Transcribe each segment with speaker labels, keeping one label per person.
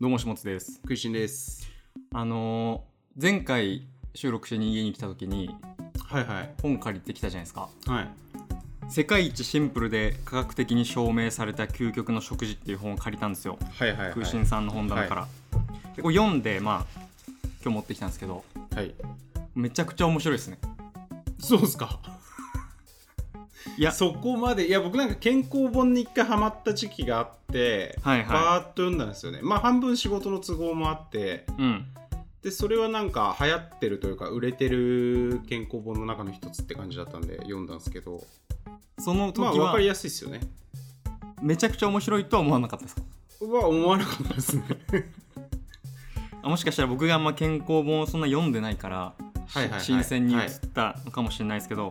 Speaker 1: どうもしもつです。
Speaker 2: 食いしんです
Speaker 1: あのー前回収録しに家に来た時に
Speaker 2: はいはい
Speaker 1: 本借りてきたじゃないですか。
Speaker 2: はい
Speaker 1: 世界一シンプルで科学的に証明された究極の食事っていう本を借りたんですよ。
Speaker 2: はいはいはい
Speaker 1: 空心さんの本棚から。でこれ読んでまあ今日持ってきたんですけど、
Speaker 2: はい
Speaker 1: めちゃくちゃ面白いですね。
Speaker 2: そうっすか
Speaker 1: いや
Speaker 2: そこまでいや僕なんか健康本に一回ハマった時期があって、
Speaker 1: はいはい
Speaker 2: バーっと読んだんですよねまあ半分仕事の都合もあって
Speaker 1: うん。
Speaker 2: でそれはなんか流行ってるというか売れてる健康本の中の一つって感じだったんで読んだんですけど
Speaker 1: その
Speaker 2: まあ
Speaker 1: 時
Speaker 2: 分
Speaker 1: は
Speaker 2: かりやすいっすよね
Speaker 1: めちゃくちゃ面白いとは思わなかったですか。
Speaker 2: は思わなかったですね
Speaker 1: あもしかしたら僕があんま健康本をそんな読んでないから、
Speaker 2: はいはいはい
Speaker 1: 新鮮に映ったのかもしれないですけど、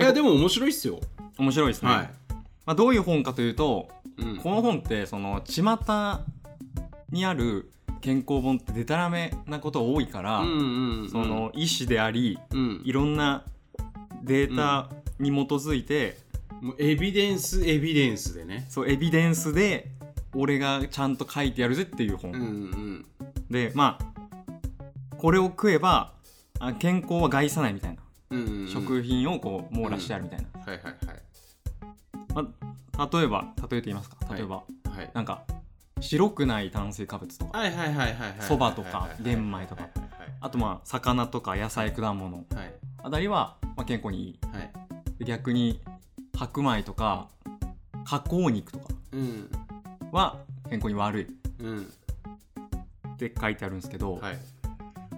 Speaker 2: いやでも面白いっすよ
Speaker 1: 面白いですね。
Speaker 2: は
Speaker 1: まあ、どういう本かというと
Speaker 2: い、うん、
Speaker 1: この本ってその巷にある健康本ってでたらめなこと多いから、
Speaker 2: うんうんうん
Speaker 1: その医師であり
Speaker 2: うん
Speaker 1: いろんなデータに基づいて、
Speaker 2: もうエビデンスエビデンスでね
Speaker 1: そうエビデンスで俺がちゃんと書いてやるぜっていう本、
Speaker 2: うんうん
Speaker 1: でまあこれを食えばあ健康は害さないみたいな、
Speaker 2: うんうんうん
Speaker 1: 食品をこう網羅してあるみたいな、
Speaker 2: はいはいはい
Speaker 1: まあ、例えば例えて言いますか
Speaker 2: はい
Speaker 1: 例えば、
Speaker 2: はい
Speaker 1: なんか白くない炭水化物とか
Speaker 2: はいはいはいはいはい
Speaker 1: そばとか玄米とかあとまあ魚とか野菜果物
Speaker 2: はいはい
Speaker 1: あたりはまあ健康にいい
Speaker 2: はいはい
Speaker 1: で逆に白米とか加工肉とか
Speaker 2: うん
Speaker 1: は健康に悪いっ
Speaker 2: うん
Speaker 1: て書いてあるんですけど、
Speaker 2: はい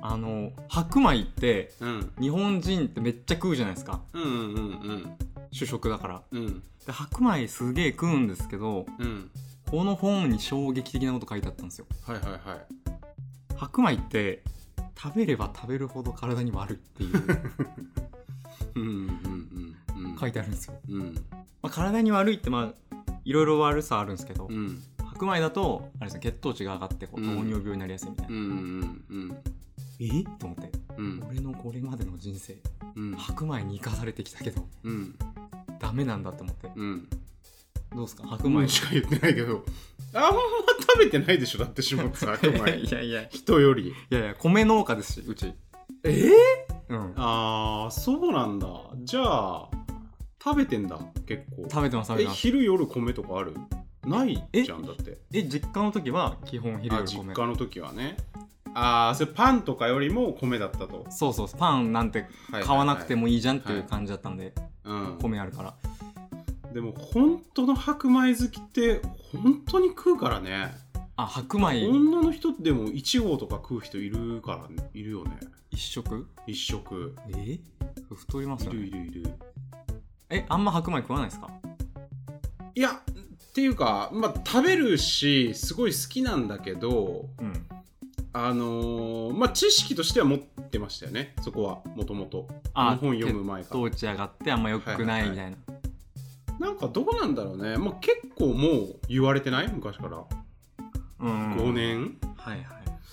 Speaker 1: あの白米って
Speaker 2: うん
Speaker 1: 日本人ってめっちゃ食うじゃないですか
Speaker 2: うんうんうん
Speaker 1: 主食だから
Speaker 2: うんうん
Speaker 1: で白米すげえ食うんですけど
Speaker 2: うん
Speaker 1: この本に衝撃的なこと書いてあったんですよ
Speaker 2: はいはいは
Speaker 1: 白米って食べれば食べるほど体に悪いっていう
Speaker 2: いうんうんうんうん
Speaker 1: 書いてあるんですよ、
Speaker 2: うん
Speaker 1: まあ、体に悪いってまあいろいろ悪さあるんですけど、
Speaker 2: うん
Speaker 1: 白米だとあれですね血糖値が上がってこう
Speaker 2: うん
Speaker 1: 糖尿病になりやすいみたいな、
Speaker 2: うんうんうん
Speaker 1: えと思って
Speaker 2: うん
Speaker 1: 俺のこれまでの人生
Speaker 2: うん
Speaker 1: 白米に生かされてきたけど
Speaker 2: うん
Speaker 1: ダメなんだって思って
Speaker 2: うん
Speaker 1: どうですか白
Speaker 2: 白
Speaker 1: 米
Speaker 2: 米しか言ってないけどあんま食べてないでしょだってしまった白 米
Speaker 1: いやいやい
Speaker 2: 人より
Speaker 1: やいや米農家ですしうち
Speaker 2: えー
Speaker 1: うん
Speaker 2: あーそうなんだじゃあ食べてんだ結構
Speaker 1: 食べてます食べ
Speaker 2: え
Speaker 1: てます
Speaker 2: 昼夜米とかあるない
Speaker 1: え
Speaker 2: じゃんだって
Speaker 1: え実家の時は基本昼
Speaker 2: あ
Speaker 1: 夜
Speaker 2: 実
Speaker 1: 米
Speaker 2: 家の時はねああそれパンとかよりも米だったと、
Speaker 1: そうそうパンなんて
Speaker 2: はいはいはい
Speaker 1: 買わなくてもいいじゃんっていう感じだったんで
Speaker 2: うん、
Speaker 1: 米あるから
Speaker 2: でも本当の白米好きって本当に食うからね
Speaker 1: あ白米
Speaker 2: 女の人でも1合とか食う人いるからいるよね
Speaker 1: 一食
Speaker 2: 一食
Speaker 1: え太ります
Speaker 2: い
Speaker 1: よ
Speaker 2: る
Speaker 1: ね
Speaker 2: いるいる
Speaker 1: えあんま白米食わないですか
Speaker 2: いやっていうかまあ食べるしすごい好きなんだけど
Speaker 1: うん
Speaker 2: あのーまあ知識としては持ってましたよねそこはもともと
Speaker 1: あ
Speaker 2: 本読む前
Speaker 1: 血
Speaker 2: から
Speaker 1: 糖値上がってあんま良くないみたいな、
Speaker 2: はいなんかどうなんだろうね、まあ、結構もう言われてない昔から
Speaker 1: うん
Speaker 2: 5年
Speaker 1: はいはい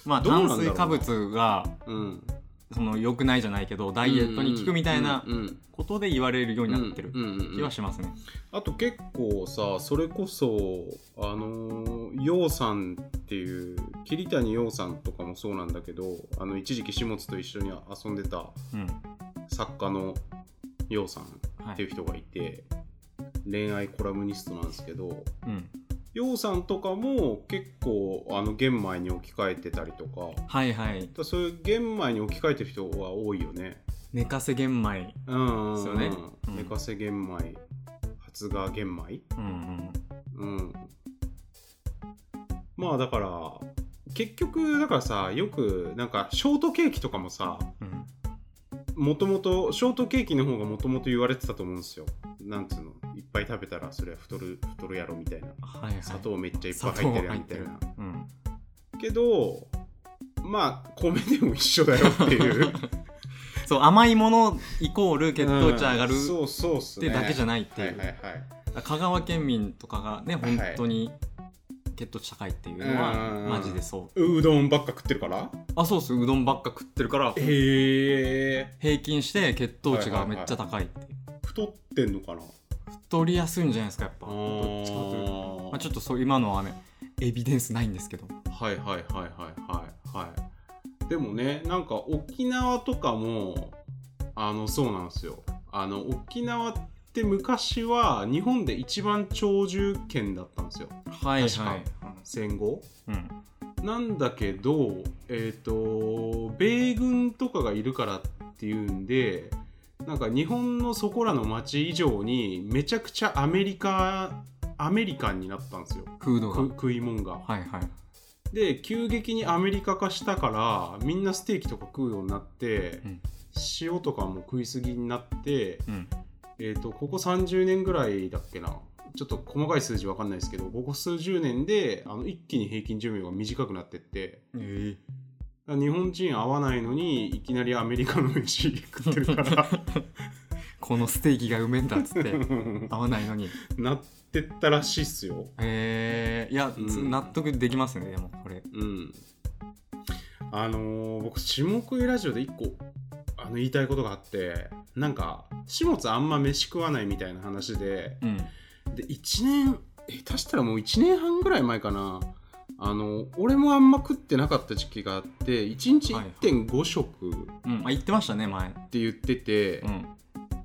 Speaker 1: まあ
Speaker 2: どうな
Speaker 1: 炭
Speaker 2: んだろう
Speaker 1: 水化物が
Speaker 2: うん
Speaker 1: その良くないじゃないけどダイエットに効くみたいな
Speaker 2: うんうん
Speaker 1: ことで言われるようになってる
Speaker 2: うんうんうん
Speaker 1: 気はしますね
Speaker 2: あと結構さそれこそあのー陽さんっていう桐谷陽さんとかもそうなんだけどあの一時期下津と一緒に遊んでた
Speaker 1: うん、
Speaker 2: 作家の陽さん
Speaker 1: は
Speaker 2: ってい、
Speaker 1: いう
Speaker 2: 人がいて、恋愛コラムニストなんですけど
Speaker 1: うん、
Speaker 2: 陽さんとかも結構あの玄米に置き換えてたりとか
Speaker 1: はいはい
Speaker 2: だからそういう玄米に置き換えてる人は多いよね。
Speaker 1: 寝かせ玄米
Speaker 2: うんうんうん
Speaker 1: そうねうん
Speaker 2: 寝かせ玄米、発芽玄米。
Speaker 1: うんうん
Speaker 2: うん。まあだから、結局だからさ、よくなんかショートケーキとかもさ、
Speaker 1: うん
Speaker 2: もともと、ショートケーキの方がもともと言われてたと思うんですよ。なんつうの、いっぱい食べたらそれは太る、太るやろみたいな。
Speaker 1: はいはい
Speaker 2: 砂糖めっちゃいっぱい入ってるやんみたいな。
Speaker 1: うん
Speaker 2: けど、まあ、米でも一緒だよっていう。
Speaker 1: そう甘いものイコール 血糖値上がる
Speaker 2: うんそうそうっ
Speaker 1: っ
Speaker 2: す
Speaker 1: て
Speaker 2: ね
Speaker 1: だけじゃ
Speaker 2: な
Speaker 1: ないっていう、
Speaker 2: はいはいはい
Speaker 1: 香川県民とかがね
Speaker 2: はい
Speaker 1: 本当に血糖値高いっていうのは
Speaker 2: うん
Speaker 1: マジでそう
Speaker 2: うどんばっか食ってるから
Speaker 1: あそうっすうどんばっか食ってるから
Speaker 2: へえ
Speaker 1: 平均して血糖値がめっちゃ高いっていう
Speaker 2: 太ってんのかな
Speaker 1: 太りやすいんじゃないですかやっぱ
Speaker 2: あ
Speaker 1: どっちかというと
Speaker 2: ー
Speaker 1: まあ、ちょっとそう今のはねエビデンスないんですけど
Speaker 2: はいはいはいはいはいはいでもねなんか沖縄とかもあのそうなんですよあの沖縄って昔は日本で一番長寿県だったんですよ
Speaker 1: はいい
Speaker 2: は
Speaker 1: はいい、
Speaker 2: 戦後
Speaker 1: うん、
Speaker 2: なんだけどえっ、と米軍とかがいるからっていうんでなんか日本のそこらの町以上にめちゃくちゃアメリカアメリカンになったんですよ
Speaker 1: フードが
Speaker 2: く食い物が
Speaker 1: はいはい
Speaker 2: で急激にアメリカ化したからみんなステーキとか食うようになって、
Speaker 1: うん
Speaker 2: 塩とかも食いすぎになって、
Speaker 1: うん
Speaker 2: えー、とここ30年ぐらいだっけなちょっと細かい数字わかんないですけどここ数十年であの一気に平均寿命が短くなってって
Speaker 1: え
Speaker 2: だから日本人合わないのにいきなりアメリカの飯食ってるか ら
Speaker 1: このステーキがうめえんだっつ って合わないのに
Speaker 2: なってったらしいっすよ。
Speaker 1: えー、いや、つ
Speaker 2: うん
Speaker 1: 納得できますねでもこれ
Speaker 2: うん、あのー僕下食いラジオで一個あの言いたいことがあってなんか下津あんま飯食わないみたいな話で
Speaker 1: うん
Speaker 2: で1年下手したらもう1年半ぐらい前かなあの俺もあんま食ってなかった時期があって1日
Speaker 1: はいはい
Speaker 2: 1.5食っ
Speaker 1: うんあ言ってましたね前
Speaker 2: て言ってて、
Speaker 1: うん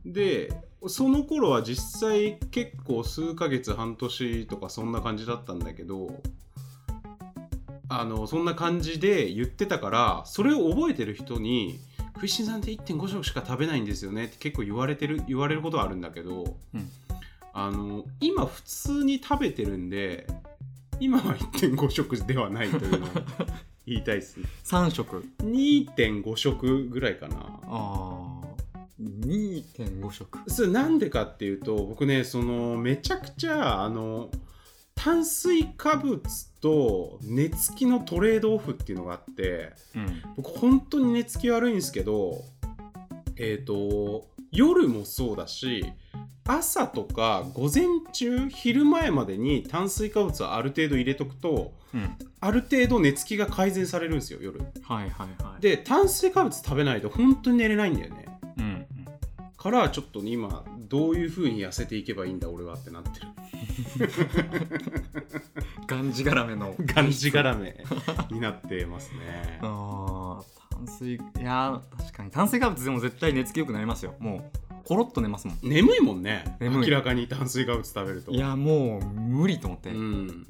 Speaker 2: でその頃は実際結構数ヶ月半年とかそんな感じだったんだけどあのそんな感じで言ってたからそれを覚えてる人に「食いしんさんって1.5食しか食べないんですよね」って結構言われてる言われることはあるんだけど、
Speaker 1: うん
Speaker 2: あの今普通に食べてるんで今は1.5食ではないというのを言いたいです
Speaker 1: 3食
Speaker 2: 2.5食ぐらいかな
Speaker 1: あー2.5食
Speaker 2: それなんでかっていうと僕ねそのめちゃくちゃあの炭水化物と寝つきのトレードオフっていうのがあって
Speaker 1: うん
Speaker 2: 僕本当に寝つき悪いんですけどえっ、と夜もそうだし朝とか午前中昼前までに炭水化物をある程度入れとくと
Speaker 1: うん
Speaker 2: ある程度寝つきが改善されるんですよ夜
Speaker 1: はいはいはい
Speaker 2: で炭水化物食べないと本当に寝れないんだよね
Speaker 1: うんうん
Speaker 2: からちょっとね今どういう風に痩せていけばいいんだ俺はってなってる
Speaker 1: がんじ がらめの
Speaker 2: がんじがらめ になってますね
Speaker 1: あー炭水いやー確かに炭水化物でも絶対寝つきよくなりますよもうコロッと寝ますもん
Speaker 2: 眠いもんね
Speaker 1: 眠い
Speaker 2: 明らかに炭水化物食べると
Speaker 1: いやもう無理と思って、
Speaker 2: うん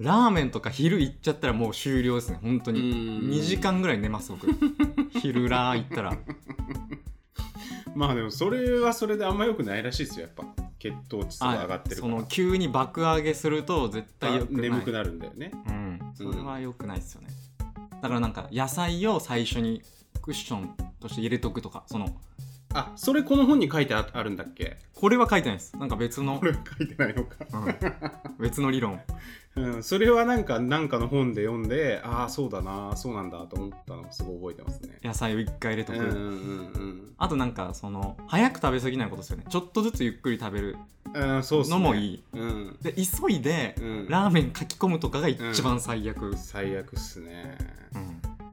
Speaker 1: ラーメンとか昼行っちゃったらもう終了ですね本当に、2
Speaker 2: 2
Speaker 1: 時間ぐらい寝 ます僕昼ラー行ったら
Speaker 2: まあでもそれはそれであんま良くないらしいですよやっぱ血糖値が上がってる
Speaker 1: そ
Speaker 2: から
Speaker 1: の急に爆上げすると絶対よくない
Speaker 2: 眠くなるんだよね
Speaker 1: うんそれはよくないですよね、だからなんか野菜を最初にクッションとして入れとくとかその
Speaker 2: あそれこの本に書いてああるんだっけ
Speaker 1: これは書いてないですなんか別の
Speaker 2: こ、れは書いてないのか
Speaker 1: うん、別の理論
Speaker 2: うん、それはなんかなんかの本で読んでああそうだなそうなんだと思ったのをすごい覚えてますね
Speaker 1: 野菜を一回入れと
Speaker 2: うん
Speaker 1: く、
Speaker 2: うんうん
Speaker 1: あとなんかその早く食べ過ぎないことですよねちょっとずつゆっくり食べる
Speaker 2: うんうんそうっすね
Speaker 1: のもいい、
Speaker 2: うん
Speaker 1: で急いで
Speaker 2: うん
Speaker 1: ラーメン書き込むとかが一番最悪、
Speaker 2: 最悪っすね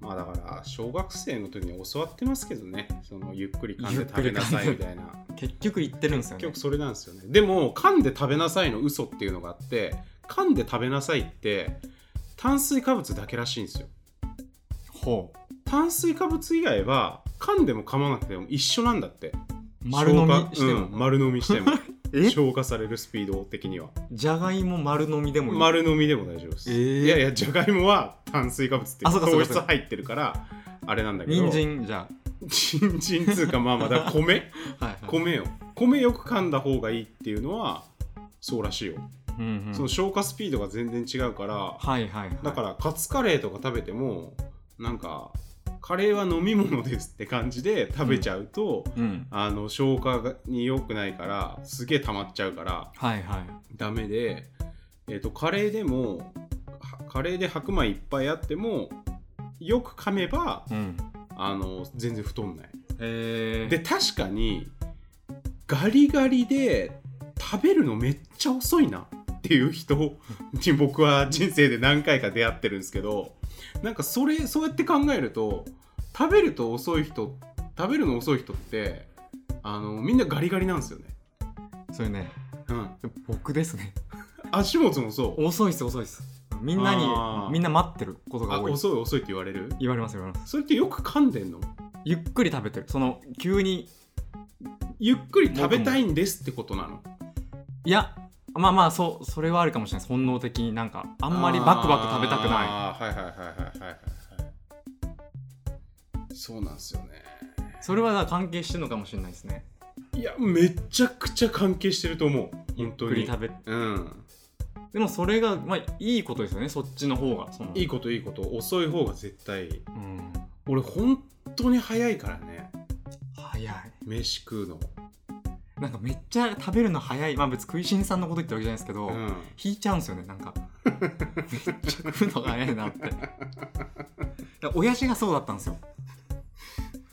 Speaker 1: うん
Speaker 2: まあだから小学生の時に教わってますけどねそのゆっくり噛んで食べなさいみたいな
Speaker 1: 結局言ってるんですよ
Speaker 2: 結
Speaker 1: ね
Speaker 2: 局それなんですよねでも噛んで食べなさいの嘘っていうのがあって噛んで食べなさいって炭水化物だけらしいんですよ
Speaker 1: ほ
Speaker 2: 炭水化物以外は噛んでも噛まなくても一緒なんだって
Speaker 1: う丸飲み
Speaker 2: 消化
Speaker 1: しても、
Speaker 2: うん丸飲みしても
Speaker 1: え
Speaker 2: 消化されるスピード的には
Speaker 1: じゃがいも丸飲みでもいい
Speaker 2: 丸飲みでも大丈夫です、
Speaker 1: えー
Speaker 2: いやいやじゃがいもは炭水化物ってい
Speaker 1: あそう
Speaker 2: う
Speaker 1: かそう
Speaker 2: 糖
Speaker 1: かそ
Speaker 2: 質
Speaker 1: うか
Speaker 2: 入ってるからあれなんだけど
Speaker 1: 人参じゃ
Speaker 2: 人参つうかまあまあだから 米
Speaker 1: あはいはい、
Speaker 2: 米よ米よく噛んだ方がいいっていうのはそうらしいよ、
Speaker 1: うんうん
Speaker 2: その消化スピードが全然違うから
Speaker 1: はいはいはい
Speaker 2: だからカツカレーとか食べてもなんかカレーは飲み物ですって感じで食べちゃうと、
Speaker 1: うん
Speaker 2: あの消化がに良くないからすげえ溜まっちゃうから
Speaker 1: はいはい
Speaker 2: ダメで、えー、とカレーでもはカレーで白米いっぱいあってもよく噛めば
Speaker 1: うん
Speaker 2: あの全然太んない
Speaker 1: えー、
Speaker 2: で確かにガリガリで食べるのめっちゃ遅いなっていう人 に僕は人生で何回か出会ってるんですけどなんかそれそうやって考えると食べると遅い人食べるの遅い人ってあのみんなガリガリなんですよね。
Speaker 1: それね
Speaker 2: うん、
Speaker 1: 僕ですね
Speaker 2: 足元もそう
Speaker 1: 遅いっす遅いっす、みんな
Speaker 2: あ
Speaker 1: に
Speaker 2: ー
Speaker 1: みんな待ってること
Speaker 2: あ
Speaker 1: が多い
Speaker 2: 遅い遅いって言われる
Speaker 1: 言われます言われます
Speaker 2: それってよく噛んでんの
Speaker 1: ゆっくり食べてるその急に
Speaker 2: ゆっくり食べたいんですってことなの
Speaker 1: いやまあまあそうそれはあるかもしれないです本能的になんかあんまりバクバク食べたくな
Speaker 2: あーはいはいはいはいはいはいはいそうなんですよね
Speaker 1: いそれはだから関係してるのかもしれないですね
Speaker 2: いやめちゃくちゃ関係してると思う
Speaker 1: ゆっ
Speaker 2: 本当
Speaker 1: くり
Speaker 2: に
Speaker 1: 食べ
Speaker 2: うん
Speaker 1: でもそれがまあいいことですよねそっちの方がその
Speaker 2: いいこといいこと遅い方が絶対いい
Speaker 1: うん
Speaker 2: 俺本当に早いからね
Speaker 1: 早い
Speaker 2: 飯食うの
Speaker 1: なんかめっちゃ食べるの早いまあ別に食いしんさんのこと言ったわけじゃないですけど、
Speaker 2: うん
Speaker 1: 引いちゃうんですよね なんかめっちゃ食うのが早いなってだから親父がそうだったんですよ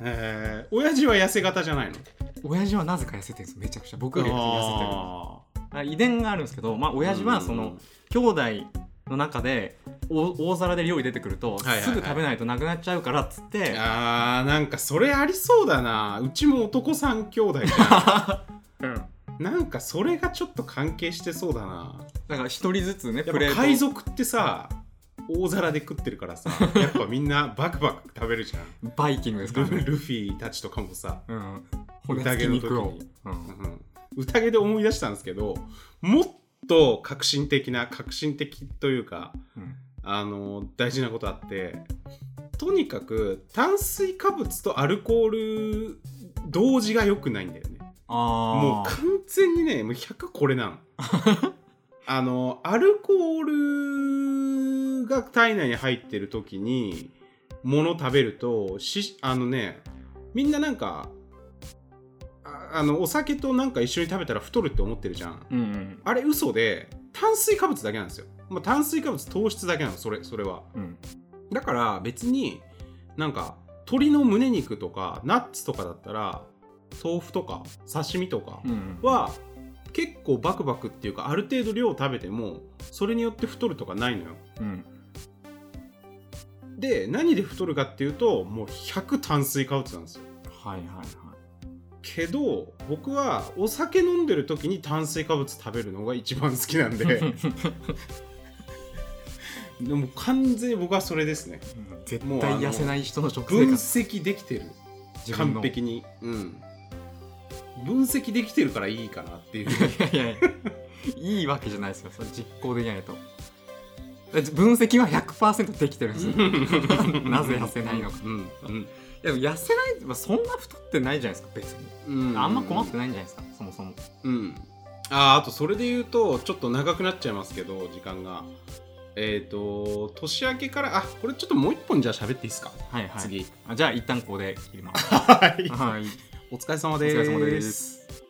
Speaker 2: えー、親父は痩せ型じゃないの
Speaker 1: 親父はなぜか痩せてるんですめちゃくちゃ僕より痩せてる
Speaker 2: あ
Speaker 1: だから遺伝があるんですけどまあ
Speaker 2: ー
Speaker 1: 親父はその兄弟の中でお大皿で料理出てくると
Speaker 2: いはいはい
Speaker 1: すぐ食べないとなくなっちゃうからっつって、
Speaker 2: あーなんかそれありそうだなうちも男三兄弟じゃん
Speaker 1: うん
Speaker 2: なんかそれがちょっと関係してそうだな
Speaker 1: だから一人ずつね
Speaker 2: や
Speaker 1: プレ
Speaker 2: っ
Speaker 1: ー
Speaker 2: ぱ
Speaker 1: ト
Speaker 2: 海賊ってさ大皿で食ってるか らさやっぱみんなバクバク食べるじゃん
Speaker 1: バイキングですから
Speaker 2: ル
Speaker 1: ね、
Speaker 2: ルフィたちとかもさ、
Speaker 1: うん、骨付き肉を
Speaker 2: 宴の時に、
Speaker 1: うん
Speaker 2: うん、宴で思い出したんですけどもっと革新的な革新的というか
Speaker 1: うん
Speaker 2: あの大事なことあってとにかく炭水化物とアルコール同時が良くないんだよね
Speaker 1: あー
Speaker 2: もう完全にねもう100これな のあのアルコールが体内に入ってる時に物食べるとしあのねみんななんかああのお酒となんか一緒に食べたら太るって思ってるじゃん
Speaker 1: うんうん
Speaker 2: あれ嘘で炭水化物だけなんですよ、まあ、炭水化物糖質だけなのそれそれは
Speaker 1: うん
Speaker 2: だから別になんか鶏の胸肉とかナッツとかだったら豆腐とか刺身とか
Speaker 1: うん
Speaker 2: は結構バクバクっていうかある程度量を食べてもそれによって太るとかないのよ
Speaker 1: うん
Speaker 2: で何で太るかっていうともう100炭水化物なんですよ
Speaker 1: はいはいはい
Speaker 2: けど僕はお酒飲んでる時に炭水化物食べるのが一番好きな んででも完全に僕はそれですね
Speaker 1: うん絶
Speaker 2: もうあ
Speaker 1: 対
Speaker 2: の
Speaker 1: 痩せない人の食生
Speaker 2: 分
Speaker 1: 活
Speaker 2: 析できてる
Speaker 1: 自分の
Speaker 2: 完璧にうん分析できてるからいいかなってい う
Speaker 1: いやいやいいわけじゃないですよそれ実行できないとだって分析は100%できてるん ですよなぜ痩せないのか
Speaker 2: うんうん
Speaker 1: でも痩せない、まあ、そんな太ってないじゃないですか別に
Speaker 2: うん
Speaker 1: あんま困ってないんじゃないですかそもそも
Speaker 2: うん、あーあとそれで言うとちょっと長くなっちゃいますけど時間がえっ、と年明けからあこれちょっともう一本じゃあ喋っていいですか、
Speaker 1: はいはい
Speaker 2: 次
Speaker 1: あじゃあ一旦ここで切ります
Speaker 2: はい
Speaker 1: はい
Speaker 2: お疲れ様
Speaker 1: お疲れ様
Speaker 2: で
Speaker 1: ですす